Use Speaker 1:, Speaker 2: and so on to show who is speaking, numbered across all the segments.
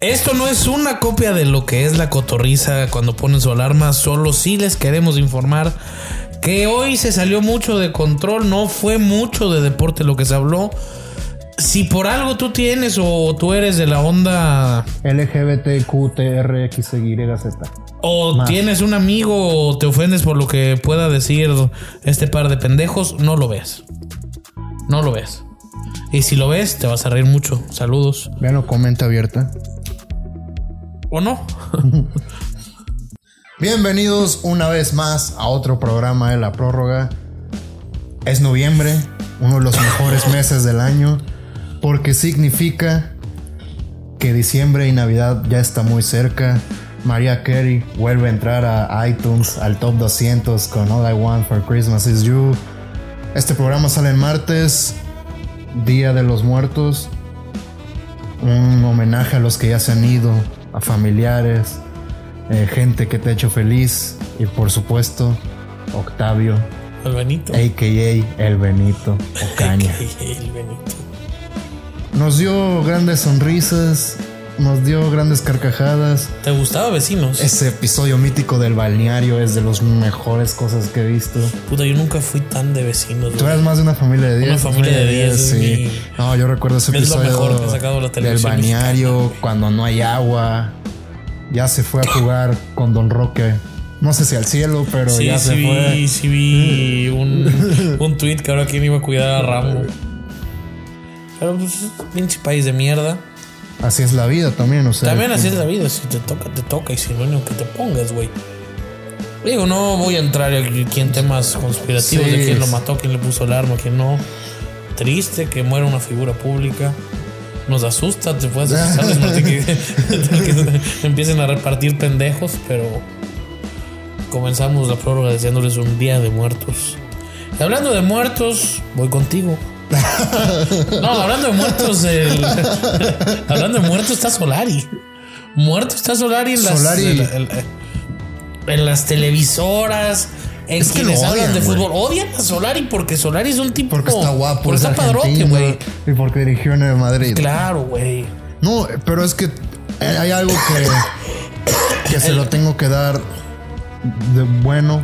Speaker 1: Esto no es una copia de lo que es la cotorriza cuando ponen su alarma, solo sí les queremos informar que hoy se salió mucho de control, no fue mucho de deporte lo que se habló. Si por algo tú tienes o tú eres de la onda
Speaker 2: LGBTQTRXYZ.
Speaker 1: o
Speaker 2: Más.
Speaker 1: tienes un amigo o te ofendes por lo que pueda decir este par de pendejos, no lo ves. No lo ves. Y si lo ves, te vas a reír mucho. Saludos.
Speaker 2: Veanlo, comenta abierta.
Speaker 1: ¿O no?
Speaker 2: Bienvenidos una vez más a otro programa de La Prórroga. Es noviembre, uno de los mejores meses del año, porque significa que diciembre y Navidad ya está muy cerca. María Carey vuelve a entrar a iTunes al top 200 con All I Want for Christmas Is You. Este programa sale en martes, Día de los Muertos. Un homenaje a los que ya se han ido, a familiares, eh, gente que te ha hecho feliz y por supuesto Octavio,
Speaker 1: El Benito.
Speaker 2: a.k.a. El Benito Ocaña.
Speaker 1: El Benito.
Speaker 2: Nos dio grandes sonrisas, nos dio grandes carcajadas.
Speaker 1: ¿Te gustaba Vecinos?
Speaker 2: Ese episodio mítico del balneario es de las mejores cosas que he visto.
Speaker 1: Puta, yo nunca fui tan de Vecinos.
Speaker 2: Tú
Speaker 1: güey.
Speaker 2: eras más de una familia de 10.
Speaker 1: familia de 10, es
Speaker 2: sí.
Speaker 1: mi-
Speaker 2: No, yo recuerdo ese
Speaker 1: es lo
Speaker 2: episodio
Speaker 1: mejor que ha sacado la
Speaker 2: del
Speaker 1: televisión
Speaker 2: balneario,
Speaker 1: mexicana, güey.
Speaker 2: cuando no hay agua. Ya se fue a jugar con Don Roque. No sé si al cielo, pero
Speaker 1: Sí,
Speaker 2: ya se
Speaker 1: sí
Speaker 2: fue.
Speaker 1: vi, sí vi un, un tweet que ahora quién iba a cuidar a Rambo. Pero pues, pinche país de mierda.
Speaker 2: Así es la vida también, o sea.
Speaker 1: También así es la vida, si te toca, te toca y si no, ni que te pongas, güey. Digo, no voy a entrar aquí en temas conspirativos
Speaker 2: Sí,
Speaker 1: de quién lo
Speaker 2: sí.
Speaker 1: mató, quién le puso el arma, quién no. Triste que muera una figura pública. Nos asusta, te puedes asustar después de que, de que empiecen a repartir pendejos, pero comenzamos la prórroga deseándoles un día de muertos. Y hablando de muertos, voy contigo. No, hablando de muertos, el- hablando de muertos está Solari. Muerto está Solari en las,
Speaker 2: Solari.
Speaker 1: en la- en la- en las televisoras. En
Speaker 2: Es que
Speaker 1: quienes
Speaker 2: lo
Speaker 1: hablan
Speaker 2: odian,
Speaker 1: de
Speaker 2: güey.
Speaker 1: fútbol. Odian a Solari porque Solari es un tipo.
Speaker 2: Porque está guapo,
Speaker 1: Porque
Speaker 2: es
Speaker 1: está padrote,
Speaker 2: argentino,
Speaker 1: güey.
Speaker 2: Y porque dirigió en el Madrid.
Speaker 1: Claro, güey.
Speaker 2: No, pero es que hay algo que, que se lo tengo que dar de bueno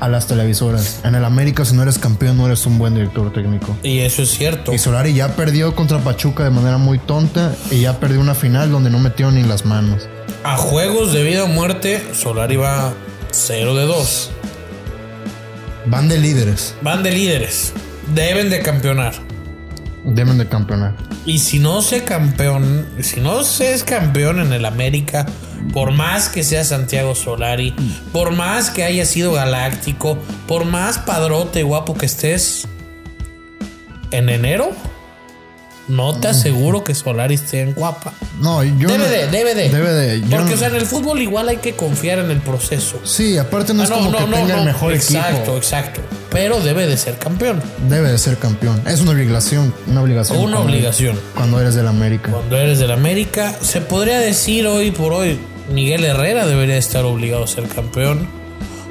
Speaker 2: a las televisoras. En el América, si no eres campeón, no eres un buen director técnico.
Speaker 1: Y eso es cierto.
Speaker 2: Y Solari ya perdió contra Pachuca de manera muy tonta y ya perdió una final donde no metió ni las manos.
Speaker 1: A juegos de vida o muerte, Solari va 0 de 2.
Speaker 2: Van de líderes,
Speaker 1: Van de líderes. Deben de campeonar.
Speaker 2: deben de campeonar.
Speaker 1: Y si no se campeón, si no se es campeón en el América, por más que sea Santiago Solari, por más que haya sido galáctico, por más padrote y guapo que estés, en enero no te aseguro que Solari esté en guapa.
Speaker 2: No, yo
Speaker 1: Debe
Speaker 2: no-
Speaker 1: de, debe de.
Speaker 2: debe de. yo
Speaker 1: Porque
Speaker 2: no-
Speaker 1: o sea, en el fútbol igual hay que confiar en el proceso.
Speaker 2: sí, aparte no
Speaker 1: Ah,
Speaker 2: es como que tenga el mejor
Speaker 1: exacto,
Speaker 2: equipo.
Speaker 1: exacto. Pero debe de ser campeón.
Speaker 2: Debe de ser campeón. Es una obligación, una obligación.
Speaker 1: Una
Speaker 2: cuando-
Speaker 1: obligación.
Speaker 2: Cuando eres del América.
Speaker 1: Cuando eres del América, se podría decir hoy por hoy, Miguel Herrera debería estar obligado a ser campeón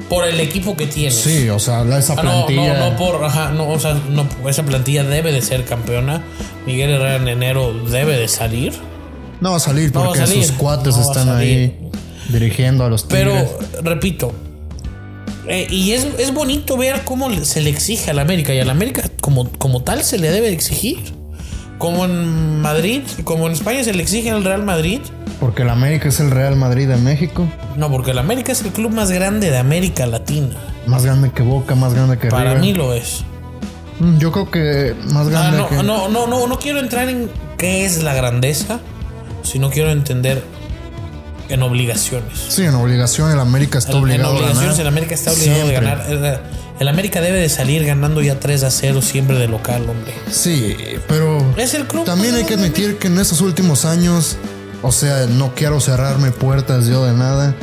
Speaker 1: por el equipo que tiene.
Speaker 2: Sí, o sea, la- esa
Speaker 1: Ah, no,
Speaker 2: plantilla.
Speaker 1: no, no por, ajá, no, o sea, no, esa plantilla debe de ser campeona. Miguel Herrera en enero debe de salir.
Speaker 2: No va a salir
Speaker 1: No va a
Speaker 2: porque
Speaker 1: salir,
Speaker 2: sus cuates
Speaker 1: no va a
Speaker 2: están ahí dirigiendo a los
Speaker 1: Pero,
Speaker 2: Tigres.
Speaker 1: repito, eh, y es, es bonito ver cómo le- se le exige al América. Y al América, como, como tal, se le debe de exigir. Como en Madrid, como en España se le exige al Real Madrid.
Speaker 2: Porque el América es el Real Madrid de México.
Speaker 1: No, porque el América es el club más grande de América Latina.
Speaker 2: Más grande que Boca, más grande que
Speaker 1: Para
Speaker 2: River.
Speaker 1: mí lo es.
Speaker 2: Mm, Yo creo que más
Speaker 1: Ah,
Speaker 2: grande
Speaker 1: no,
Speaker 2: que.
Speaker 1: no, no, no, no quiero entrar en qué es la grandeza, sino quiero entender en obligaciones.
Speaker 2: Sí, en obligación el América está
Speaker 1: En- en
Speaker 2: obligado a
Speaker 1: obligaciones,
Speaker 2: ganar.
Speaker 1: el América está obligado
Speaker 2: Siempre.
Speaker 1: a ganar. El, el América debe de salir ganando ya 3 a 0 siempre de local, hombre.
Speaker 2: Sí, pero
Speaker 1: Es el club.
Speaker 2: también hay que admitir que en estos últimos años, o sea, no quiero cerrarme puertas yo de nada,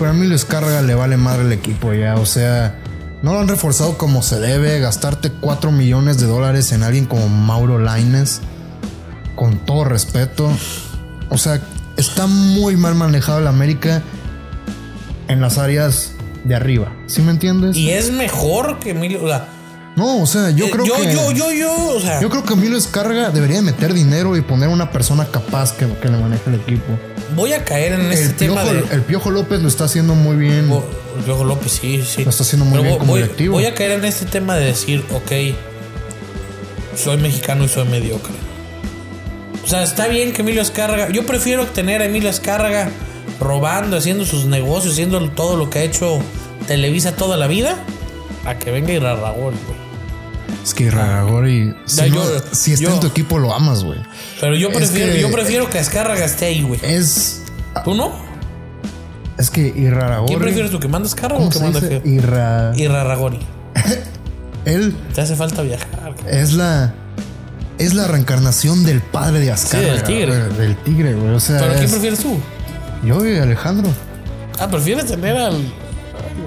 Speaker 2: pero a mí Luis Carga le vale madre el equipo ya, o sea, no lo han reforzado como se debe, gastarte 4 millones de dólares en alguien como Mauro Laines, con todo respeto, o sea, está muy mal manejado el América en las áreas de arriba, ¿sí me entiendes?
Speaker 1: Y es mejor que Emilio. o sea,
Speaker 2: no, o sea, yo
Speaker 1: eh,
Speaker 2: creo
Speaker 1: yo,
Speaker 2: que...
Speaker 1: yo, yo, yo, o sea,
Speaker 2: Yo creo que Emilio Escarga debería meter dinero y poner una persona capaz que, que le maneje el equipo.
Speaker 1: voy a caer en este
Speaker 2: el,
Speaker 1: tema
Speaker 2: Piojo,
Speaker 1: de. Oh.
Speaker 2: el Piojo López lo está haciendo muy bien.
Speaker 1: Bo- Diego López, sí, sí.
Speaker 2: Lo está haciendo muy bien
Speaker 1: vo-
Speaker 2: como
Speaker 1: voy,
Speaker 2: directivo.
Speaker 1: voy a caer en este tema de decir, ok, soy mexicano y soy mediocre. O sea, está bien que Emilio Escárraga. Yo prefiero tener a Emilio Escárraga robando, haciendo sus negocios, haciendo todo lo que ha hecho Televisa toda la vida, a que venga y Raúl, güey.
Speaker 2: Es que Raragori, si,
Speaker 1: Ya,
Speaker 2: no-
Speaker 1: yo-
Speaker 2: si está
Speaker 1: yo-
Speaker 2: en tu equipo, lo amas, güey.
Speaker 1: Pero yo
Speaker 2: Es
Speaker 1: prefiero,
Speaker 2: que-
Speaker 1: yo prefiero que Escárraga esté ahí, güey.
Speaker 2: Es.
Speaker 1: ¿Tú no?
Speaker 2: Es que Irraragori.
Speaker 1: ¿Quién prefieres tú? ¿Que manda Escárraga o
Speaker 2: ¿Cómo
Speaker 1: que
Speaker 2: se
Speaker 1: manda
Speaker 2: dice?
Speaker 1: que-
Speaker 2: Irra-
Speaker 1: Y Rarragori.
Speaker 2: Él
Speaker 1: Te hace falta viajar. güey.
Speaker 2: es la. Es la reencarnación del padre de Azcárraga.
Speaker 1: del tigre.
Speaker 2: güey, Del tigre, güey. O sea,
Speaker 1: ¿Pero quién
Speaker 2: es-
Speaker 1: prefieres tú?
Speaker 2: yo y Alejandro.
Speaker 1: Ah, prefieres tener al.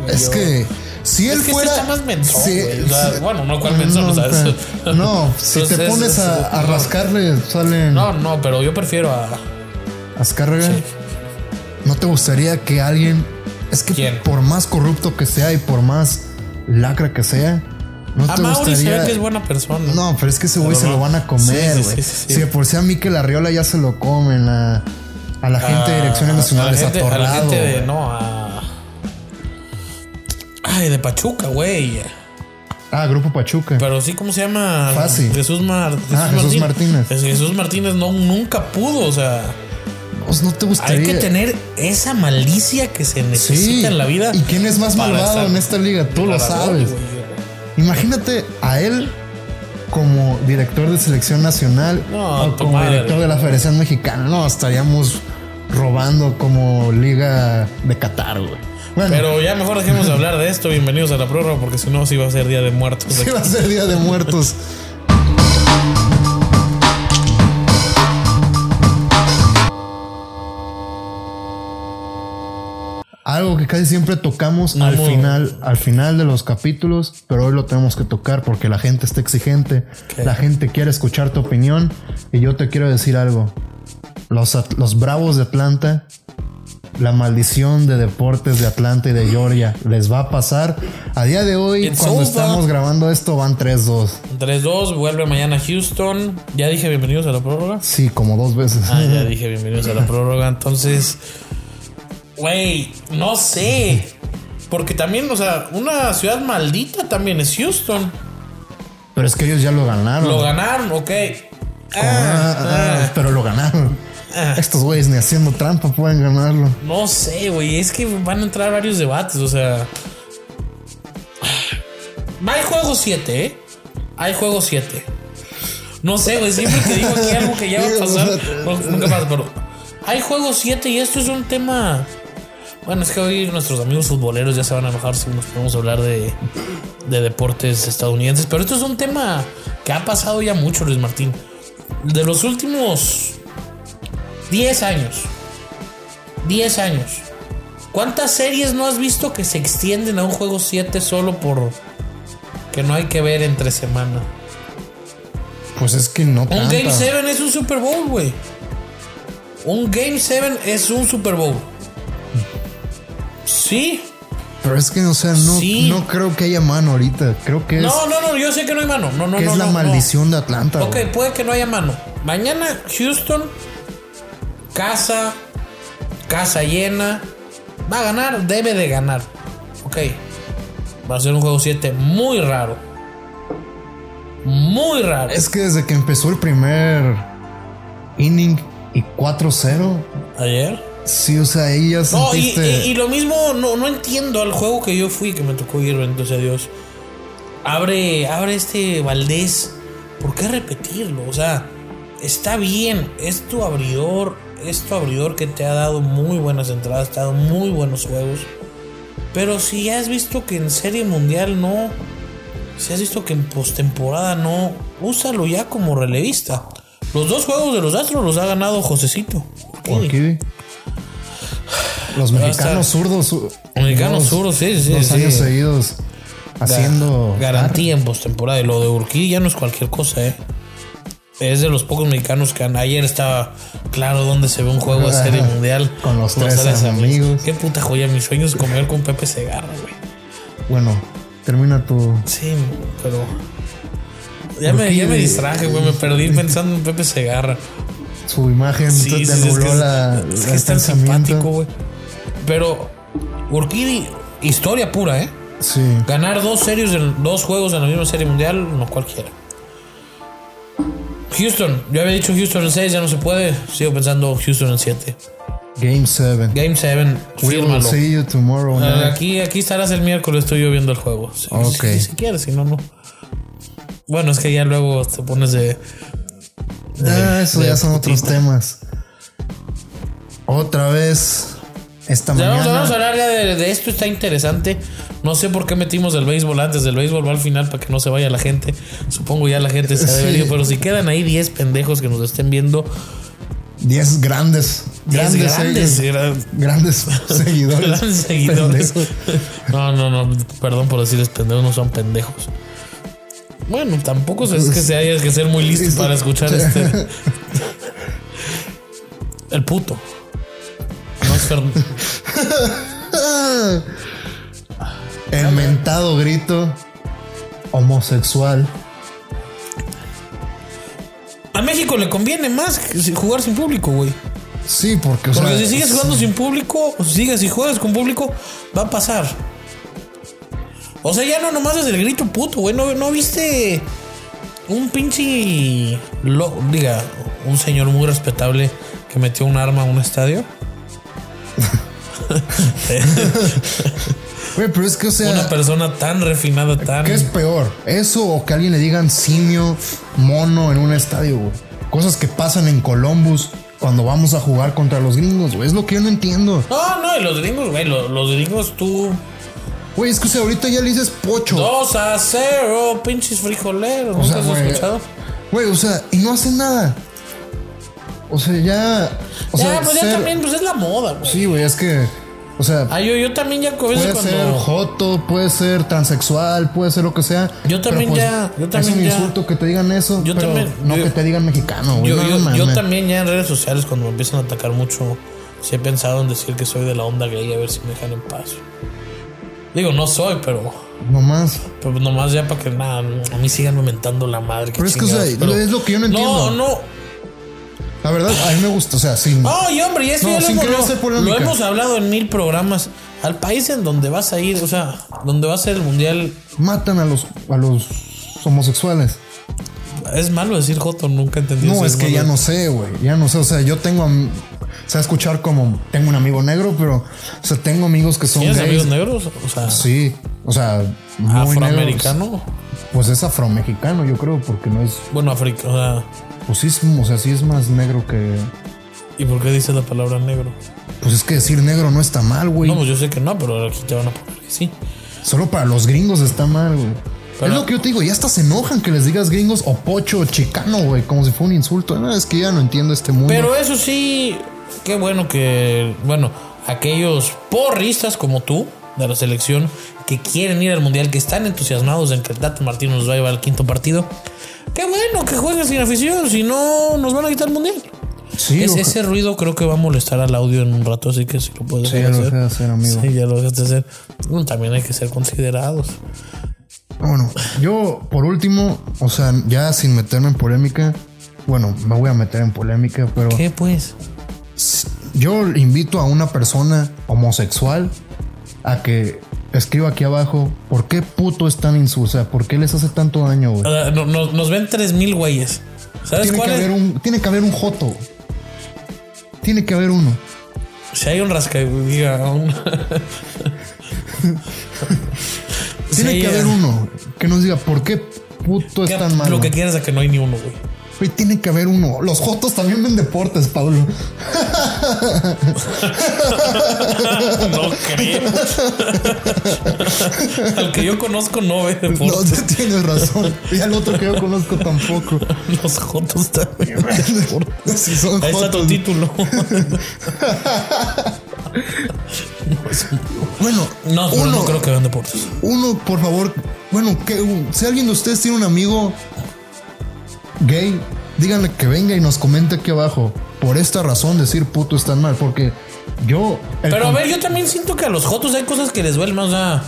Speaker 2: Es
Speaker 1: Yo-
Speaker 2: que si él
Speaker 1: Es que
Speaker 2: fuera.
Speaker 1: este está más mensón,
Speaker 2: si-
Speaker 1: güey. O sea,
Speaker 2: si-
Speaker 1: bueno, no, ¿cuál mensón? O sea,
Speaker 2: pero-
Speaker 1: es-
Speaker 2: no, si te
Speaker 1: Entonces,
Speaker 2: pones a,
Speaker 1: es-
Speaker 2: a rascarle, salen
Speaker 1: No, no, pero yo prefiero a.
Speaker 2: Azcárraga. ¿No te gustaría que alguien. Es que
Speaker 1: ¿Quién?
Speaker 2: por más corrupto que sea y por más lacra que sea, no
Speaker 1: A
Speaker 2: te
Speaker 1: Mauri se ve
Speaker 2: gustaría.
Speaker 1: que es buena persona.
Speaker 2: No, pero es que ese güey
Speaker 1: Pero
Speaker 2: se
Speaker 1: no.
Speaker 2: lo van a comer,
Speaker 1: Sí, sí,
Speaker 2: güey.
Speaker 1: sí, sí, sí.
Speaker 2: Si de por sí a Mikel Arriola ya se lo comen, a, a la gente de direcciones nacionales,
Speaker 1: Ah, a
Speaker 2: a,
Speaker 1: la gente, a la
Speaker 2: Torrado,
Speaker 1: gente de.
Speaker 2: güey.
Speaker 1: No, a. Ay, de Pachuca, güey.
Speaker 2: Ah, Grupo Pachuca.
Speaker 1: Pero sí, ¿cómo se llama?
Speaker 2: Fácil.
Speaker 1: Jesús, Mar-
Speaker 2: Ah, Jesús Martínez.
Speaker 1: Es- Jesús Martínez no, nunca pudo, o sea.
Speaker 2: Pues no te gustaría.
Speaker 1: Hay que tener esa malicia que se necesita en la vida.
Speaker 2: ¿Y quién es más
Speaker 1: para
Speaker 2: malvado
Speaker 1: estar-
Speaker 2: en esta liga? Tú lo
Speaker 1: para-
Speaker 2: sabes. Imagínate a él como director de selección nacional
Speaker 1: No,
Speaker 2: o
Speaker 1: tu
Speaker 2: como
Speaker 1: madre.
Speaker 2: director de la Federación Mexicana. No, estaríamos robando como liga de Qatar, güey. Bueno,
Speaker 1: Pero ya mejor dejemos de hablar de esto. Bienvenidos a la prórroga, porque si no, sí va a ser día de muertos.
Speaker 2: sí va a ser Día de Muertos. Algo que casi siempre tocamos
Speaker 1: No,
Speaker 2: al
Speaker 1: no.
Speaker 2: final, al final de los capítulos, pero hoy lo tenemos que tocar porque la gente está exigente,
Speaker 1: Ok.
Speaker 2: la gente quiere escuchar tu opinión y yo te quiero decir algo. Los, at- los Bravos de Atlanta, la maldición de deportes de Atlanta y de Georgia les va a pasar. A día de hoy,
Speaker 1: It's
Speaker 2: cuando
Speaker 1: over.
Speaker 2: estamos grabando esto, van 3-2.
Speaker 1: 3-2, vuelve mañana a Houston. Ya dije bienvenidos a la prórroga.
Speaker 2: Sí, como dos veces.
Speaker 1: Ah, ya dije bienvenidos a la prórroga. Entonces, güey, no sé. Porque también, o sea, una ciudad maldita también es Houston.
Speaker 2: Pero es que ellos ya lo ganaron.
Speaker 1: Lo ganaron, ok.
Speaker 2: Ah,
Speaker 1: Ah,
Speaker 2: ah,
Speaker 1: ah.
Speaker 2: Pero lo ganaron. Estos güeyes ni haciendo trampa pueden ganarlo.
Speaker 1: No sé, güey. Es que van a entrar varios debates, o sea. Hay juego 7, ¿eh? Hay juego 7. No sé, güey. Siempre que digo aquí algo que ya va a pasar, no- nunca pasa, pero. Hay juego 7 y esto es un tema. Bueno, es que hoy nuestros amigos futboleros ya se van a enojar si nos podemos hablar de, de deportes estadounidenses. Pero esto es un tema que ha pasado ya mucho, Luis Martín. De los últimos 10 años, 10 años. ¿Cuántas series no has visto que se extienden a un juego 7 solo por que no hay que ver entre semana?
Speaker 2: Pues es que no
Speaker 1: Un
Speaker 2: tanta.
Speaker 1: Game 7 es un Super Bowl, güey. Un Game 7 es un Super Bowl. Sí.
Speaker 2: Pero es que, o sea, no,
Speaker 1: Sí.
Speaker 2: no creo que haya mano ahorita. Creo que es,
Speaker 1: No, no, no, yo sé que no hay mano. No, no,
Speaker 2: que
Speaker 1: no,
Speaker 2: es la
Speaker 1: no, no.
Speaker 2: maldición de Atlanta.
Speaker 1: Ok,
Speaker 2: güey.
Speaker 1: puede que no haya mano. Mañana Houston, casa, casa llena. Va a ganar, debe de ganar. Ok. Va a ser un juego 7 muy raro. Muy raro.
Speaker 2: Es que desde que empezó el primer inning y 4-0,
Speaker 1: Ayer.
Speaker 2: sí, o sea, ahí ya
Speaker 1: No, y,
Speaker 2: sentiste.
Speaker 1: y- y lo mismo, no, no entiendo al juego que yo fui, que me tocó ir, bendito sea Dios. Abre, abre este Valdés. ¿Por qué repetirlo? O sea, está bien, es tu abridor, es tu abridor que te ha dado muy buenas entradas, te ha dado muy buenos juegos. Pero si ya has visto que en Serie Mundial no, si has visto que en postemporada no, úsalo ya como relevista. Los dos juegos de los Astros los ha ganado Josecito.
Speaker 2: ¿Por qué? Los mexicanos zurdos. uh,
Speaker 1: Mexicanos
Speaker 2: dos-
Speaker 1: zurdos, sí, sí,
Speaker 2: Dos
Speaker 1: sí.
Speaker 2: años seguidos haciendo.
Speaker 1: garantía en postemporada. Y lo de Urquí ya no es cualquier cosa, ¿eh? Es de los pocos mexicanos que han- ayer estaba claro dónde se ve un juego de serie
Speaker 2: Ajá.
Speaker 1: mundial.
Speaker 2: Con los tres
Speaker 1: sales
Speaker 2: amigos.
Speaker 1: Qué puta joya. Mi sueño es comer con Pepe Segarra, güey.
Speaker 2: ah, Bueno, termina tu.
Speaker 1: Sí, pero. Ya me, ya me distraje, güey. Me perdí pensando en Pepe Segarra.
Speaker 2: su imagen
Speaker 1: Sí,
Speaker 2: te
Speaker 1: sí, sí, es
Speaker 2: nubló
Speaker 1: que, es-
Speaker 2: la.
Speaker 1: es,
Speaker 2: el
Speaker 1: que es tan
Speaker 2: pensamiento.
Speaker 1: simpático, güey. Pero Urquidi, historia pura, ¿eh?
Speaker 2: Sí.
Speaker 1: Ganar dos series, en- dos juegos en la misma serie mundial, no cualquiera. Houston, yo había dicho Houston en 6, ya no se puede. Sigo pensando Houston en 7.
Speaker 2: Game 7.
Speaker 1: Game 7,
Speaker 2: We will
Speaker 1: fírmalo.
Speaker 2: see you tomorrow.
Speaker 1: Ah,
Speaker 2: night.
Speaker 1: Aquí, aquí estarás el miércoles, estoy yo viendo el juego. Si,
Speaker 2: Ok.
Speaker 1: si, si quieres, si no, no. Bueno, es que ya luego te pones de.
Speaker 2: Ah, eso
Speaker 1: de-
Speaker 2: ya
Speaker 1: de
Speaker 2: son otros
Speaker 1: putita.
Speaker 2: temas. Otra vez. Esta
Speaker 1: Ya vamos, vamos a
Speaker 2: mañana.
Speaker 1: hablar ya de, de esto, está interesante. No sé por qué metimos el béisbol antes, el béisbol va al final para que no se vaya la gente. Supongo ya la gente se ha de haber
Speaker 2: Sí.
Speaker 1: ido, pero si quedan ahí 10 pendejos que nos estén viendo,
Speaker 2: 10 grandes.
Speaker 1: 10
Speaker 2: Grandes.
Speaker 1: grandes,
Speaker 2: seguidores.
Speaker 1: gran-
Speaker 2: Grandes seguidores.
Speaker 1: grandes seguidores.
Speaker 2: Pendejos.
Speaker 1: No, no, no, perdón por decirles pendejos, no son pendejos. Bueno, tampoco es que se haya que ser muy listo para escuchar este. El puto. No es Fern-
Speaker 2: El mentado grito homosexual.
Speaker 1: A México le conviene más que jugar sin público, güey.
Speaker 2: Sí, porque, o
Speaker 1: Porque
Speaker 2: sea,
Speaker 1: si sigues jugando sin público, o si sigues y juegas con público, va a pasar. O sea, ya no nomás es el grito puto, güey. ¿No, no viste un pinche. lo- diga, un señor muy respetable que metió un arma a un estadio?
Speaker 2: Güey, pero es que, o sea,
Speaker 1: Una persona tan refinada, tan.
Speaker 2: ¿qué es peor? ¿Eso o que a alguien le digan simio, mono en un estadio, güey? Cosas que pasan en Columbus cuando vamos a jugar contra los gringos, güey. Es lo que yo no entiendo.
Speaker 1: No, no, y los gringos, güey. lo- Los, gringos, tú.
Speaker 2: Güey, es que, o sea, ahorita ya le dices pocho.
Speaker 1: 2 a 0, pinches frijoleros.
Speaker 2: o
Speaker 1: ¿Nunca
Speaker 2: sea,
Speaker 1: has
Speaker 2: güey,
Speaker 1: escuchado?
Speaker 2: Güey, o sea, y no hacen nada. O sea, ya. O
Speaker 1: ya,
Speaker 2: sea,
Speaker 1: pues ya
Speaker 2: ser-
Speaker 1: también, pues es la moda, güey.
Speaker 2: Sí, güey, es que. O sea,
Speaker 1: Ah, yo, yo también ya a veces
Speaker 2: Puede
Speaker 1: cuando.
Speaker 2: ser joto, puede ser transexual, puede ser lo que sea. pues,
Speaker 1: Yo también ya- yo también
Speaker 2: es un
Speaker 1: ya-
Speaker 2: insulto que te digan eso,
Speaker 1: Yo
Speaker 2: pero
Speaker 1: también-
Speaker 2: no
Speaker 1: yo-
Speaker 2: que te digan mexicano, güey.
Speaker 1: Yo,
Speaker 2: No,
Speaker 1: yo-
Speaker 2: no
Speaker 1: yo
Speaker 2: mames.
Speaker 1: también ya en redes sociales cuando me empiezan a atacar mucho, sí he pensado en decir que soy de la onda gay a ver si me dejan en paz. Digo, no soy, pero,
Speaker 2: Nomás.
Speaker 1: pero nomás ya para que nada, a mí sigan lamentando la madre.
Speaker 2: Pero es que, o sea,
Speaker 1: chingados,
Speaker 2: es lo que yo
Speaker 1: No,
Speaker 2: no entiendo.
Speaker 1: no. Ah.
Speaker 2: La verdad, a mí me gusta, o sea, sin...
Speaker 1: Ay, hombre, y eso
Speaker 2: No,
Speaker 1: ya lo
Speaker 2: sin
Speaker 1: hemos,
Speaker 2: querer
Speaker 1: lo-
Speaker 2: hacer polémica.
Speaker 1: lo hemos hablado en mil programas. Al país en donde vas a ir, o sea, donde va a ser el mundial,
Speaker 2: Matan a los, a los homosexuales.
Speaker 1: es malo decir Joto, nunca entendí
Speaker 2: No,
Speaker 1: eso,
Speaker 2: es que
Speaker 1: malo.
Speaker 2: ya no sé, güey. Ya no sé, o sea, yo tengo... am- O sea, escuchar como... Tengo un amigo negro, pero... O sea, tengo amigos que son
Speaker 1: ¿Tienes
Speaker 2: gays.
Speaker 1: amigos negros? O sea,
Speaker 2: Sí, o sea... muy negros.
Speaker 1: afroamericano.
Speaker 2: Pues es afromexicano, yo creo, porque no es...
Speaker 1: Bueno, africa, o sea,
Speaker 2: Pues sí, es- o sea, sí es más negro que...
Speaker 1: ¿y por qué dices la palabra negro?
Speaker 2: Pues es que decir negro no está mal, güey.
Speaker 1: No, pues yo sé que no, pero aquí te van a poner que sí.
Speaker 2: Solo para los gringos está mal, güey.
Speaker 1: Pero-
Speaker 2: es lo que yo te digo, ya hasta se enojan que les digas gringos o pocho o chicano, güey, como si fuera un insulto. No, es que ya no entiendo este mundo.
Speaker 1: Pero eso sí, qué bueno que, bueno, aquellos porristas como tú de la selección que quieren ir al mundial, que están entusiasmados en que el Tato Martínez nos va a llevar al quinto partido, qué bueno que jueguen sin afición, si no nos van a quitar el mundial.
Speaker 2: sí,
Speaker 1: Es-
Speaker 2: o-
Speaker 1: ese ruido creo que va a molestar al audio en un rato, así que si lo puedes
Speaker 2: Sí,
Speaker 1: dejar
Speaker 2: ya lo
Speaker 1: hacer.
Speaker 2: dejé de hacer, amigo.
Speaker 1: Sí, ya lo dejaste hacer. Bueno, también hay que ser considerados.
Speaker 2: Bueno, yo por último, o sea, ya sin meterme en polémica, bueno, me voy a meter en polémica, pero
Speaker 1: ¿Qué pues?
Speaker 2: yo invito a una persona homosexual a que escriba aquí abajo por qué puto es tan insulsa, por qué les hace tanto daño, güey.
Speaker 1: O sea, no- no- nos ven 3000 güeyes. ¿Sabes
Speaker 2: Tiene que,
Speaker 1: cuál es?
Speaker 2: haber un, tiene que haber un joto. Tiene que haber uno.
Speaker 1: Si hay un rasca, diga, un- Si
Speaker 2: Tiene
Speaker 1: hay,
Speaker 2: que haber
Speaker 1: eh,
Speaker 2: uno que nos diga por qué puto es
Speaker 1: que-
Speaker 2: tan malo.
Speaker 1: Lo que quieras es que no hay ni uno, güey.
Speaker 2: Güey, tiene que haber uno. Los jotos también ven deportes, Pablo.
Speaker 1: No creo. Al que yo conozco no ve deporte.
Speaker 2: No, tú tienes razón. Y al otro que yo conozco tampoco.
Speaker 1: Los jotos también.
Speaker 2: Si son
Speaker 1: Ahí está tu
Speaker 2: jotos.
Speaker 1: título.
Speaker 2: Bueno,
Speaker 1: No, pero
Speaker 2: uno,
Speaker 1: no creo que vean deportes.
Speaker 2: uno, por favor. Bueno, que, uh, si alguien de ustedes tiene un amigo gay, díganle que venga y nos comente aquí abajo. Por esta razón decir puto es tan mal. Porque yo... el
Speaker 1: Pero a
Speaker 2: con-
Speaker 1: ver, yo también siento que a los jotos hay cosas que les duelen más. O sea,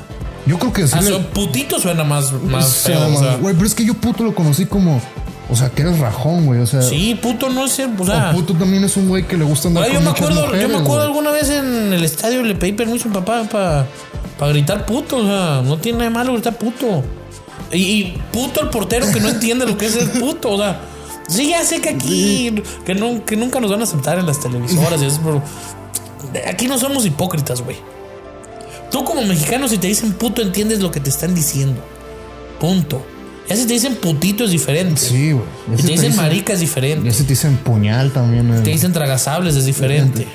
Speaker 2: Yo creo que
Speaker 1: a
Speaker 2: decirle...
Speaker 1: su putito suena más, más
Speaker 2: O sea,
Speaker 1: feo. o sea.
Speaker 2: güey, pero es que yo puto lo conocí como. O sea, que eres rajón, güey. O sea,
Speaker 1: Sí, puto no es ser. O sea,
Speaker 2: o puto también es un güey que le gusta andar
Speaker 1: güey,
Speaker 2: con
Speaker 1: yo, me
Speaker 2: muchas
Speaker 1: acuerdo,
Speaker 2: mujeres,
Speaker 1: yo me acuerdo
Speaker 2: güey.
Speaker 1: alguna vez en el estadio le pedí permiso a mi papá para gritar puto. O sea, no tiene nada de malo gritar puto. Y, y puto el portero que no entiende lo que es ser puto. O sea, sí, ya sé que aquí. Que, nun- que nunca nos van a aceptar en las televisoras. y eso, pero aquí no somos hipócritas, güey. Tú como mexicano, si te dicen puto, entiendes lo que te están diciendo. Punto. Ya si te dicen putito es diferente.
Speaker 2: Sí, güey. Ya
Speaker 1: Si
Speaker 2: se
Speaker 1: te dicen marica es diferente.
Speaker 2: Ya se te dicen puñal también. eh.
Speaker 1: Si te dicen tragasables es diferente.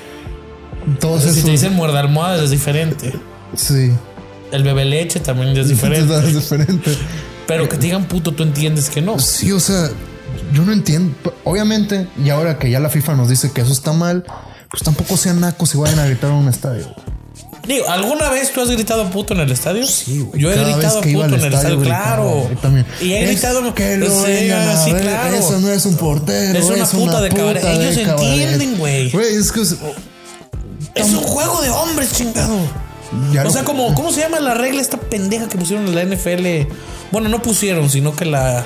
Speaker 2: Todos
Speaker 1: Si
Speaker 2: esos.
Speaker 1: te dicen muerde almohadas es diferente.
Speaker 2: Sí.
Speaker 1: El bebé leche también es diferente.
Speaker 2: Es diferente. eh,
Speaker 1: Pero que te digan puto, tú entiendes que no.
Speaker 2: Sí, o sea, yo no entiendo. Obviamente, y ahora que ya la FIFA nos dice que eso está mal, pues tampoco sean nacos y vayan a gritar a un estadio.
Speaker 1: Digo, ¿alguna vez tú has gritado puto en el estadio?
Speaker 2: Sí, güey.
Speaker 1: Yo he
Speaker 2: Cada
Speaker 1: gritado
Speaker 2: vez que iba
Speaker 1: puto en
Speaker 2: al
Speaker 1: el estadio,
Speaker 2: estadio
Speaker 1: claro.
Speaker 2: gritaba, yo también.
Speaker 1: Y he
Speaker 2: Es
Speaker 1: gritado
Speaker 2: que lo
Speaker 1: sí,
Speaker 2: vengan a
Speaker 1: sí,
Speaker 2: ver,
Speaker 1: claro.
Speaker 2: Eso no es un portero.
Speaker 1: Es una puta de cabaret.
Speaker 2: de
Speaker 1: Ellos
Speaker 2: cabaret.
Speaker 1: entienden, güey.
Speaker 2: Güey, es que. es- oh,
Speaker 1: Es un juego de hombres, chingado.
Speaker 2: ya
Speaker 1: O
Speaker 2: no-
Speaker 1: sea, como, ¿cómo se llama la regla esta pendeja que pusieron en la NFL? Bueno, no pusieron, sino que la.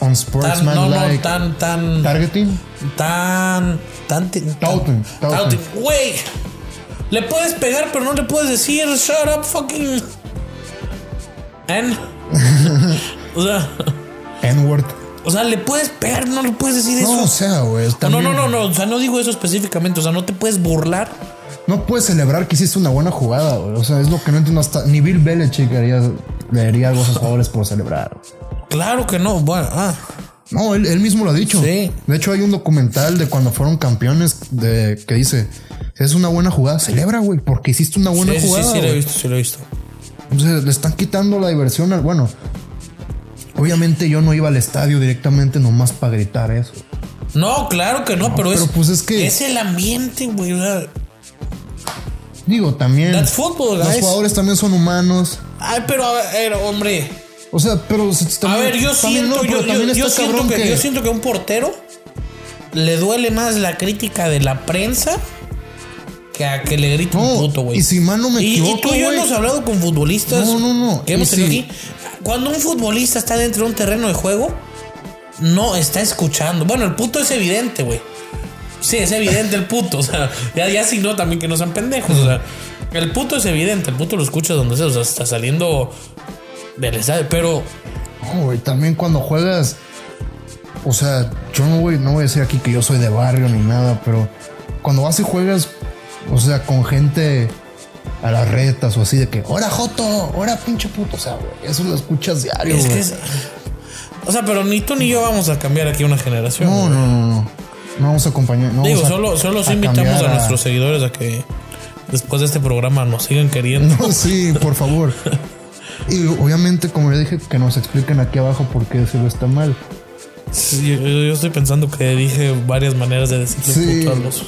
Speaker 2: On
Speaker 1: Tan,
Speaker 2: sportsman
Speaker 1: no, no,
Speaker 2: like.
Speaker 1: tan, tan.
Speaker 2: Targeting.
Speaker 1: Tan. Tan. tan-
Speaker 2: Tauten, tauten.
Speaker 1: tauten. Güey. Le puedes pegar, pero no le puedes decir. Shut up, fucking. And. o sea.
Speaker 2: N-word.
Speaker 1: O sea, le puedes pegar, no le puedes decir
Speaker 2: No, o
Speaker 1: eso.
Speaker 2: sea, güey.
Speaker 1: no,
Speaker 2: también-
Speaker 1: no, no, no. O sea, no digo eso específicamente. O sea, no te puedes burlar.
Speaker 2: No puedes celebrar que hiciste una buena jugada, güey. O sea, es lo que no entiendo hasta. Ni Bill Belichick haría, le haría algo a sus jugadores por celebrar.
Speaker 1: Claro que no. Bueno, ah.
Speaker 2: No, él, él mismo lo ha dicho.
Speaker 1: Sí.
Speaker 2: De hecho, hay un documental de cuando fueron campeones de, que dice: Es una buena jugada, celebra, güey, porque hiciste una buena
Speaker 1: Sí, sí, sí,
Speaker 2: jugada.
Speaker 1: sí, lo he
Speaker 2: güey".
Speaker 1: visto, sí, lo he visto.
Speaker 2: O sea, le están quitando la diversión al. Bueno, obviamente yo no iba al estadio directamente nomás para gritar eso.
Speaker 1: No, claro que no, pero, es.
Speaker 2: pero pues es que-
Speaker 1: Es el ambiente, güey. o sea,
Speaker 2: Digo, también.
Speaker 1: That's football,
Speaker 2: los
Speaker 1: guys.
Speaker 2: jugadores también son humanos.
Speaker 1: Ay, pero a ver, hombre.
Speaker 2: O sea, pero. se- se-
Speaker 1: A
Speaker 2: Pues también-
Speaker 1: ver, yo
Speaker 2: también no,
Speaker 1: siento,
Speaker 2: pero
Speaker 1: yo, yo-
Speaker 2: también
Speaker 1: yo
Speaker 2: está
Speaker 1: siento
Speaker 2: cabrón
Speaker 1: que, yo siento que a un portero le duele más la crítica de la prensa que a que le grite
Speaker 2: No,
Speaker 1: un puto, güey.
Speaker 2: y si mal no me
Speaker 1: Y- Y
Speaker 2: equivoco,
Speaker 1: tú y yo
Speaker 2: güey.
Speaker 1: hemos hablado con futbolistas.
Speaker 2: No, no, no,
Speaker 1: Que hemos
Speaker 2: y
Speaker 1: tenido
Speaker 2: sí.
Speaker 1: aquí. Cuando un futbolista está dentro de un terreno de juego, no está escuchando. Bueno, el puto es evidente, güey. Sí, es evidente el puto. O sea, ya, ya si no, también que no sean pendejos. O sea, el puto es evidente. El puto lo escucha donde sea. O sea, está saliendo del estadio. Pero
Speaker 2: No, güey, también cuando juegas. O sea, yo no voy, no voy a decir aquí que yo soy de barrio ni nada, pero cuando vas y juegas, o sea, con gente a las retas o así de que, ¡Hora Joto! ¡Hora pinche puto! O sea, güey, eso lo escuchas diario,
Speaker 1: es que
Speaker 2: güey.
Speaker 1: es- O sea, pero ni tú ni yo vamos a cambiar aquí una generación.
Speaker 2: No,
Speaker 1: güey.
Speaker 2: no, no, no. No vamos a acompañar. no
Speaker 1: Digo,
Speaker 2: vamos a-
Speaker 1: solo, solo los
Speaker 2: a
Speaker 1: invitamos
Speaker 2: cambiar
Speaker 1: a, nuestros seguidores a que después de este programa nos sigan queriendo.
Speaker 2: No, sí, por favor. Y obviamente, como ya dije, que nos expliquen aquí abajo por qué decirlo está mal.
Speaker 1: Sí, Yo, yo estoy pensando que dije varias maneras de decirle
Speaker 2: Sí.
Speaker 1: puto a los.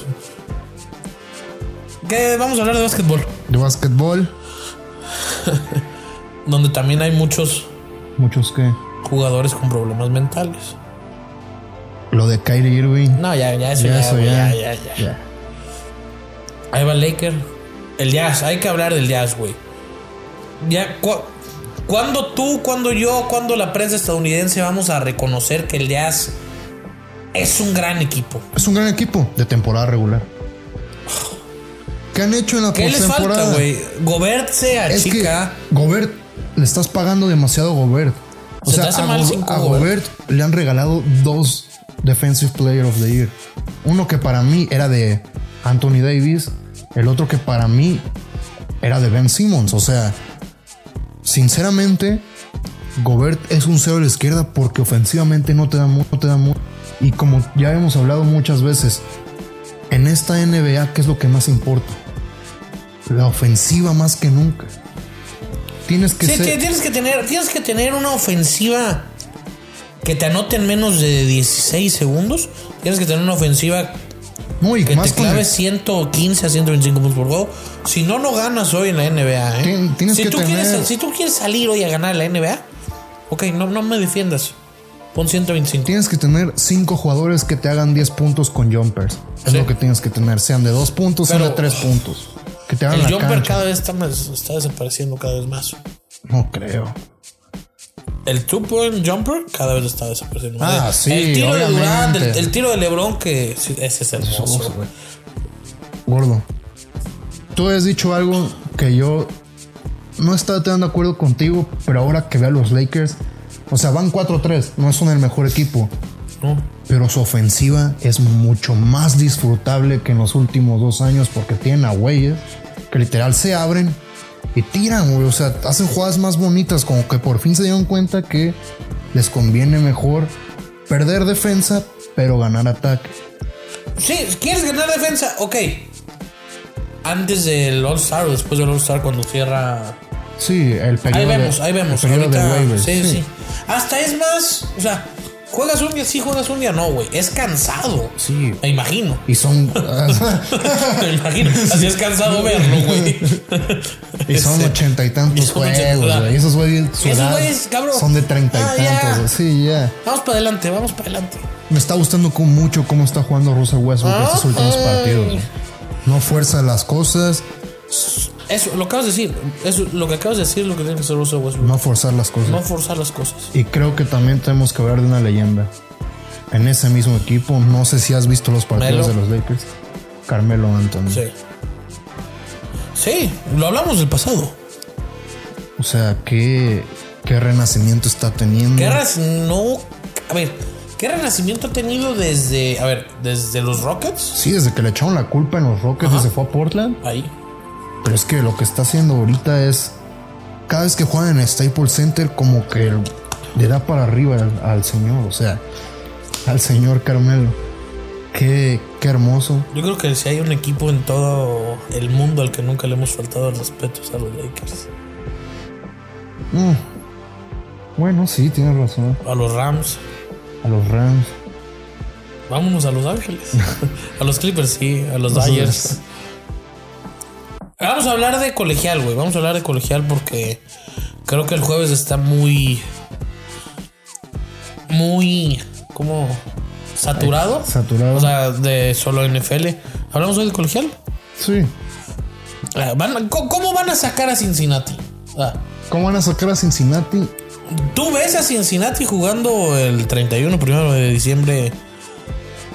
Speaker 1: Que vamos a hablar de básquetbol,
Speaker 2: De básquetbol,
Speaker 1: donde también hay muchos
Speaker 2: muchos que.
Speaker 1: jugadores con problemas mentales.
Speaker 2: Lo de Kyrie Irving.
Speaker 1: No, ya, ya, eso
Speaker 2: Ya,
Speaker 1: ya,
Speaker 2: eso
Speaker 1: güey,
Speaker 2: ya.
Speaker 1: ya, ya, ya.
Speaker 2: Ya.
Speaker 1: Ahí va Laker. El jazz, hay que hablar del jazz, güey. Ya, cu- ¿Cuándo tú, cuándo yo, cuándo la prensa estadounidense vamos a reconocer que el jazz es un gran equipo?
Speaker 2: Es un gran equipo de temporada regular. ¿Qué han hecho en la
Speaker 1: ¿Qué les falta,
Speaker 2: postemporada?
Speaker 1: güey? Gobert se
Speaker 2: Es
Speaker 1: achica.
Speaker 2: que Gobert le estás pagando demasiado a Gobert. O
Speaker 1: Se te
Speaker 2: sea,
Speaker 1: hace
Speaker 2: a,
Speaker 1: mal
Speaker 2: Go-
Speaker 1: cinco
Speaker 2: a
Speaker 1: Gobert.
Speaker 2: Gobert le han regalado dos Defensive Player of the Year. Uno que para mí era de Anthony Davis, el otro que para mí era de Ben Simmons. O sea, sinceramente, Gobert es un cero a la izquierda porque ofensivamente no te da mucho, no te da mucho. Y como ya hemos hablado muchas veces, en esta NBA, ¿qué es lo que más importa? La ofensiva más que nunca. Tienes que
Speaker 1: Sí,
Speaker 2: ser.
Speaker 1: ti- tienes que tener, tienes que tener una ofensiva que te anote en menos de 16 segundos. Tienes que tener una ofensiva
Speaker 2: no, y
Speaker 1: que
Speaker 2: más pues, eh.
Speaker 1: te
Speaker 2: con el-
Speaker 1: clave 115 a 125 puntos por juego. Si no, no ganas hoy en la NBA. ¿eh?
Speaker 2: Tien- tienes
Speaker 1: si,
Speaker 2: que
Speaker 1: tú
Speaker 2: tener-
Speaker 1: quieres, si tú quieres salir hoy a ganar la NBA, ok, no, no me defiendas. Pon 125.
Speaker 2: Tienes que tener cinco jugadores que te hagan 10 puntos con jumpers. Es
Speaker 1: Sí.
Speaker 2: lo que tienes que tener. Sean de dos puntos, sean
Speaker 1: Pero-
Speaker 2: de tres puntos. Que te hagan
Speaker 1: El
Speaker 2: la
Speaker 1: jumper
Speaker 2: cancha.
Speaker 1: cada vez está, más- está desapareciendo cada vez más.
Speaker 2: No creo.
Speaker 1: el two point jumper cada vez está desapareciendo.
Speaker 2: Ah,
Speaker 1: El-
Speaker 2: sí,
Speaker 1: El tiro de Durant,
Speaker 2: obviamente.
Speaker 1: el, el tiro de LeBron que sí, ese es hermoso.
Speaker 2: güey. Gordo. Tú has dicho algo que yo no estaba tan de acuerdo contigo, pero ahora que veo a los Lakers, o sea, van 4-3, no son el mejor equipo,
Speaker 1: ¿no?
Speaker 2: pero su ofensiva es mucho más disfrutable que en los últimos dos años porque tienen a güeyes que literal se abren y tiran, güey. O sea, hacen jugadas más bonitas, como que por fin se dieron cuenta que les conviene mejor perder defensa, pero ganar ataque.
Speaker 1: Sí, ¿quieres ganar defensa? Ok. Antes del All-Star o después del All-Star cuando cierra
Speaker 2: Sí, el periodo.
Speaker 1: Ahí
Speaker 2: de-
Speaker 1: vemos, ahí vemos.
Speaker 2: El periodo de
Speaker 1: Ahorita,
Speaker 2: waivers,
Speaker 1: sí, sí, Hasta es más, o sea, juegas un día sí, juegas un día no, güey. Es cansado.
Speaker 2: Sí.
Speaker 1: Me imagino.
Speaker 2: Y son,
Speaker 1: Me imagino. Así es cansado verlo, güey.
Speaker 2: y son
Speaker 1: Este,
Speaker 2: ochenta y tantos
Speaker 1: y son ochenta,
Speaker 2: juegos,
Speaker 1: ¿verdad?
Speaker 2: güey. Y Esos güeyes, su
Speaker 1: Esos
Speaker 2: edad
Speaker 1: güeyes, cabrón.
Speaker 2: son de treinta y
Speaker 1: Ah, ya.
Speaker 2: tantos. güey. Sí, ya.
Speaker 1: Vamos para adelante, vamos para adelante.
Speaker 2: Me está gustando con mucho cómo está jugando Russell Westbrook
Speaker 1: Ah,
Speaker 2: estos últimos partidos. güey. No fuerza las cosas,
Speaker 1: Eso, lo acabas de decir. Eso, lo que acabas de decir es lo que tiene que hacer Russell Westbrook.
Speaker 2: no forzar las cosas.
Speaker 1: No forzar las cosas.
Speaker 2: Y creo que también tenemos que hablar de una leyenda. En ese mismo equipo, no sé si has visto los
Speaker 1: Melo.
Speaker 2: partidos de los Lakers. Carmelo Anthony.
Speaker 1: Sí. Sí, lo hablamos del pasado.
Speaker 2: O sea, qué, qué renacimiento está teniendo.
Speaker 1: ¿Qué renas- no. A ver, ¿qué renacimiento ha tenido desde. A ver, desde los Rockets?
Speaker 2: Sí, desde que le echaron la culpa en los Rockets y se fue a Portland.
Speaker 1: Ahí.
Speaker 2: Pero es que lo que está haciendo ahorita es. Cada vez que juegan en Staples Center, como que el- le da para arriba al, al señor. O sea, al señor Carmelo. Qué, qué hermoso.
Speaker 1: Yo creo que si hay un equipo en todo el mundo al que nunca le hemos faltado el respeto es a los Lakers.
Speaker 2: Mm. Bueno, sí, tienes razón.
Speaker 1: A los Rams.
Speaker 2: A los Rams.
Speaker 1: Vámonos a Los Ángeles. a los Clippers, sí. A los Dyers. Vamos a hablar de colegial, güey. Vamos a hablar de colegial porque creo que el jueves está muy. Muy. ¿Cómo? ¿Saturado?
Speaker 2: Saturado.
Speaker 1: O sea, de solo NFL. ¿Hablamos hoy de colegial?
Speaker 2: Sí.
Speaker 1: Ah, van a- ¿Cómo cómo van a sacar a Cincinnati? Ah.
Speaker 2: ¿Cómo van a sacar a Cincinnati?
Speaker 1: ¿Tú ves a Cincinnati jugando el 31, primero de diciembre,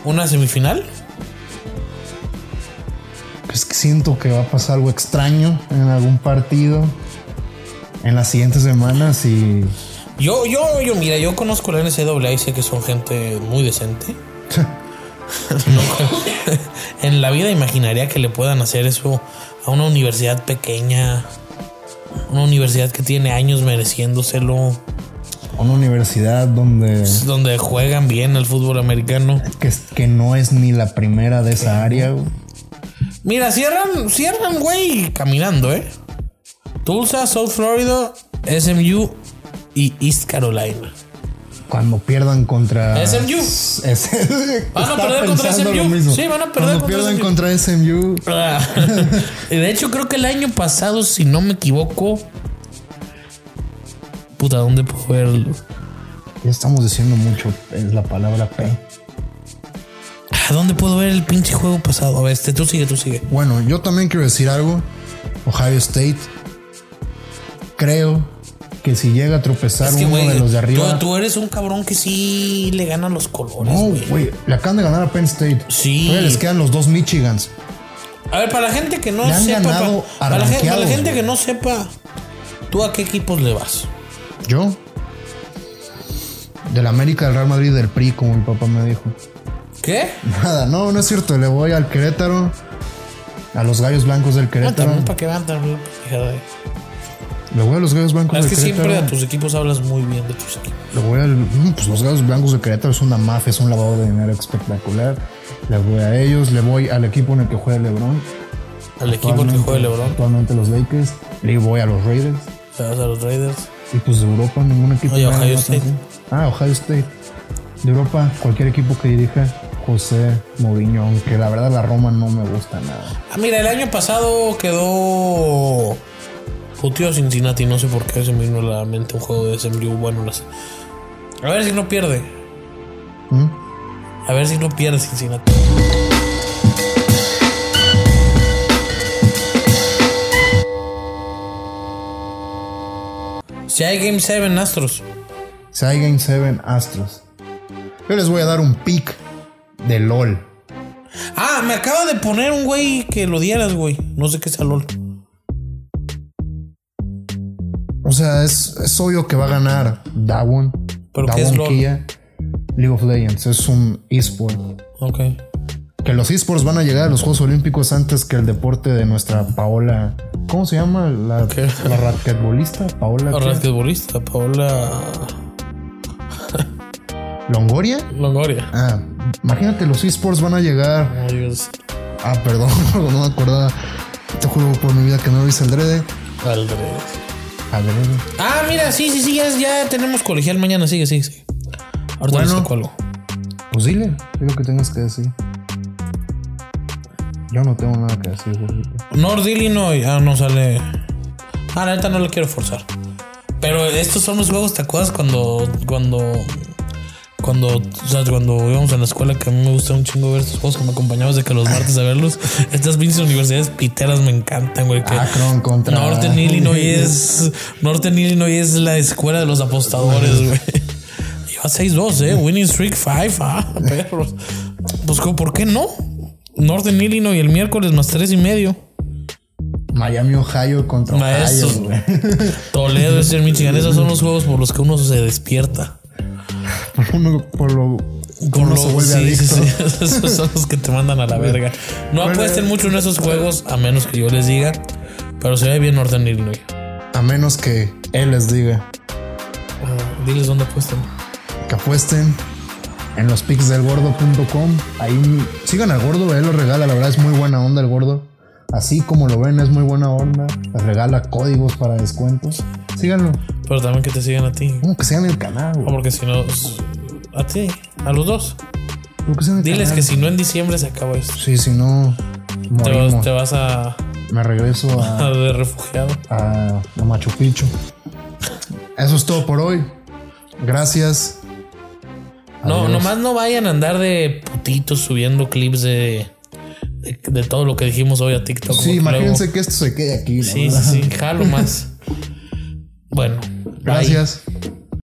Speaker 1: una semifinal?
Speaker 2: Pues que siento que va a pasar algo extraño en algún partido. En las siguientes semanas y.
Speaker 1: Yo, yo, yo, mira, yo conozco la NCAA y sé que son gente muy decente. No, en la vida imaginaría que le puedan hacer eso a una universidad pequeña, una universidad que tiene años mereciéndoselo,
Speaker 2: una universidad donde
Speaker 1: donde juegan bien el fútbol americano.
Speaker 2: que, es- que no es ni la primera de esa área. güey.
Speaker 1: Mira, cierran, cierran, güey, caminando, ¿eh? Tulsa, South Florida, SMU y East Carolina.
Speaker 2: Cuando pierdan contra
Speaker 1: SMU.
Speaker 2: Es- estaba
Speaker 1: Van a perder contra
Speaker 2: pensando lo
Speaker 1: SMU.
Speaker 2: mismo.
Speaker 1: Sí, van a perder
Speaker 2: Cuando
Speaker 1: contra
Speaker 2: pierdan
Speaker 1: SMU.
Speaker 2: contra SMU.
Speaker 1: Ah, de hecho, creo que el año pasado, si no me equivoco... Puta, ¿dónde puedo verlo?
Speaker 2: Ya estamos diciendo mucho es la palabra P.
Speaker 1: Ah, ¿Dónde puedo ver el pinche juego pasado? A ver, este, tú sigue, tú sigue.
Speaker 2: Bueno, yo también quiero decir algo. Ohio State. Creo que si llega a tropezar
Speaker 1: Es que,
Speaker 2: uno
Speaker 1: güey,
Speaker 2: de los de arriba.
Speaker 1: Tú, tú eres un cabrón que sí le gana los colores,
Speaker 2: No,
Speaker 1: güey.
Speaker 2: güey. Le acaban de ganar a Penn State.
Speaker 1: Sí.
Speaker 2: Todavía les quedan los dos Michigans.
Speaker 1: A ver, para la gente que no
Speaker 2: Le han
Speaker 1: sepa.
Speaker 2: ganado
Speaker 1: pa- para, la gente, para la
Speaker 2: arranqueados,
Speaker 1: gente
Speaker 2: güey.
Speaker 1: que no sepa, ¿tú a qué equipos le vas?
Speaker 2: Yo. Del América, del Real Madrid, del PRI, como mi papá me dijo.
Speaker 1: ¿Qué?
Speaker 2: Nada, no, no es cierto. Le voy al Querétaro. A los gallos blancos del
Speaker 1: Ah,
Speaker 2: Querétaro.
Speaker 1: también para que vean también. fíjate.
Speaker 2: Le voy a los gallos blancos
Speaker 1: Ah, Es
Speaker 2: del
Speaker 1: que siempre
Speaker 2: Querétaro.
Speaker 1: de tus equipos hablas muy bien de tus equipos.
Speaker 2: Le voy al. mm, Pues los gallos blancos del Querétaro es una mafia, es un lavado de dinero espectacular. Le voy a ellos, le voy al equipo en el que juega Lebron.
Speaker 1: Al equipo que
Speaker 2: actualmente-
Speaker 1: juega LeBron,
Speaker 2: Actualmente los Lakers. Le voy a los Raiders.
Speaker 1: le vas a los Raiders.
Speaker 2: Y pues de Europa ningún equipo.
Speaker 1: Oye,
Speaker 2: me llama
Speaker 1: Ohio
Speaker 2: la
Speaker 1: State.
Speaker 2: atención. Ah, Ohio State. De Europa, cualquier equipo que dirija José Mourinho, aunque la verdad la Roma no me gusta nada.
Speaker 1: Ah, mira, el año pasado quedó puteo Cincinnati. No sé por qué se me vino a la mente un juego de SMU. Bueno, no sé. A ver si no pierde.
Speaker 2: ¿Mm?
Speaker 1: A ver si no pierde Cincinnati. Si hay Game 7 Astros,
Speaker 2: Saiyan 7 Astros. Yo les voy a dar un pick de LOL.
Speaker 1: Ah, me acaba de poner un güey que lo dieras, güey. No sé qué es LOL.
Speaker 2: O sea, es, es obvio que va a ganar Dawon.
Speaker 1: ¿Pero qué es
Speaker 2: Dawon
Speaker 1: LOL?
Speaker 2: Kia, League of Legends. Es un esport.
Speaker 1: Ok.
Speaker 2: Que los esports van a llegar a los Juegos Olímpicos antes que el deporte de nuestra Paola. ¿Cómo se llama? La,
Speaker 1: ¿Qué?
Speaker 2: la raquetbolista. Paola. ¿qué?
Speaker 1: Basquetbolista, Paola
Speaker 2: ¿Longoria?
Speaker 1: Longoria.
Speaker 2: Ah, imagínate, los esports van a llegar.
Speaker 1: Oh, Dios.
Speaker 2: Ah, perdón, no me acordaba. Te juro por mi vida que no lo hice al drede.
Speaker 1: Aldred.
Speaker 2: Al drede.
Speaker 1: Ah, mira, sí, sí, sí, ya, ya tenemos colegial mañana, sigue, sigue, sigue. Ahorita
Speaker 2: Bueno.
Speaker 1: les saco algo.
Speaker 2: Pues dile, di lo que tengas que decir. Yo no tengo nada que decir, güey.
Speaker 1: North Illinois, ah, no sale. Ah, la neta no lo quiero forzar. Pero estos son los juegos, ¿te acuerdas cuando. cuando. cuando. o sea, cuando íbamos a la escuela que a mí me gustaba un chingo ver estos juegos que me acompañabas de que los martes a verlos? Estas pinches universidades piteras me encantan, güey. Que
Speaker 2: Akron Ah, contra.
Speaker 1: Northern Illinois es. Northern Illinois es la escuela de los apostadores, güey. Lleva 6-2, eh. Winning Streak 5, ah, perros. Pues, ¿por qué no? Northern Illinois el miércoles más tres y medio.
Speaker 2: Miami, Ohio contra
Speaker 1: Maestros.
Speaker 2: Ohio, güey.
Speaker 1: Toledo, Eastern Michigan, esos son los juegos por los que uno se despierta.
Speaker 2: Por, uno- por lo.
Speaker 1: Por
Speaker 2: uno se
Speaker 1: sí,
Speaker 2: vuelve
Speaker 1: sí,
Speaker 2: adicto.
Speaker 1: sí, esos son los que te mandan a la verga. No
Speaker 2: Bueno. eh.
Speaker 1: apuesten mucho en esos juegos, a menos que yo les diga. Pero se ve bien Northern Illinois.
Speaker 2: A menos que él les diga
Speaker 1: Ah, diles dónde apuestan.
Speaker 2: que apuesten en los pics del gordo.com. Ahí sigan al gordo, él lo regala. La verdad es muy buena onda el gordo. Así como lo ven, es muy buena onda. Les regala códigos para descuentos. Síganlo.
Speaker 1: Pero también que te sigan a ti.
Speaker 2: Como que sigan el canal,
Speaker 1: No,
Speaker 2: güey.
Speaker 1: Porque si no, s- a ti, a los dos.
Speaker 2: Como que sigan el
Speaker 1: Diles
Speaker 2: canal.
Speaker 1: que si no en diciembre se acaba esto.
Speaker 2: Sí, si no,
Speaker 1: Te vas,
Speaker 2: morimos.
Speaker 1: te vas a,
Speaker 2: Me regreso a,
Speaker 1: a de refugiado.
Speaker 2: a- a Machu Picchu. Eso es todo por hoy. Gracias.
Speaker 1: No,
Speaker 2: Adiós.
Speaker 1: nomás no vayan a andar de putitos subiendo clips de, de, de todo lo que dijimos hoy a TikTok.
Speaker 2: Sí,
Speaker 1: porque
Speaker 2: imagínense que esto se quede aquí.
Speaker 1: luego-
Speaker 2: la
Speaker 1: sí,
Speaker 2: verdad.
Speaker 1: sí, sí, jalo más. Bueno, bye.
Speaker 2: Gracias.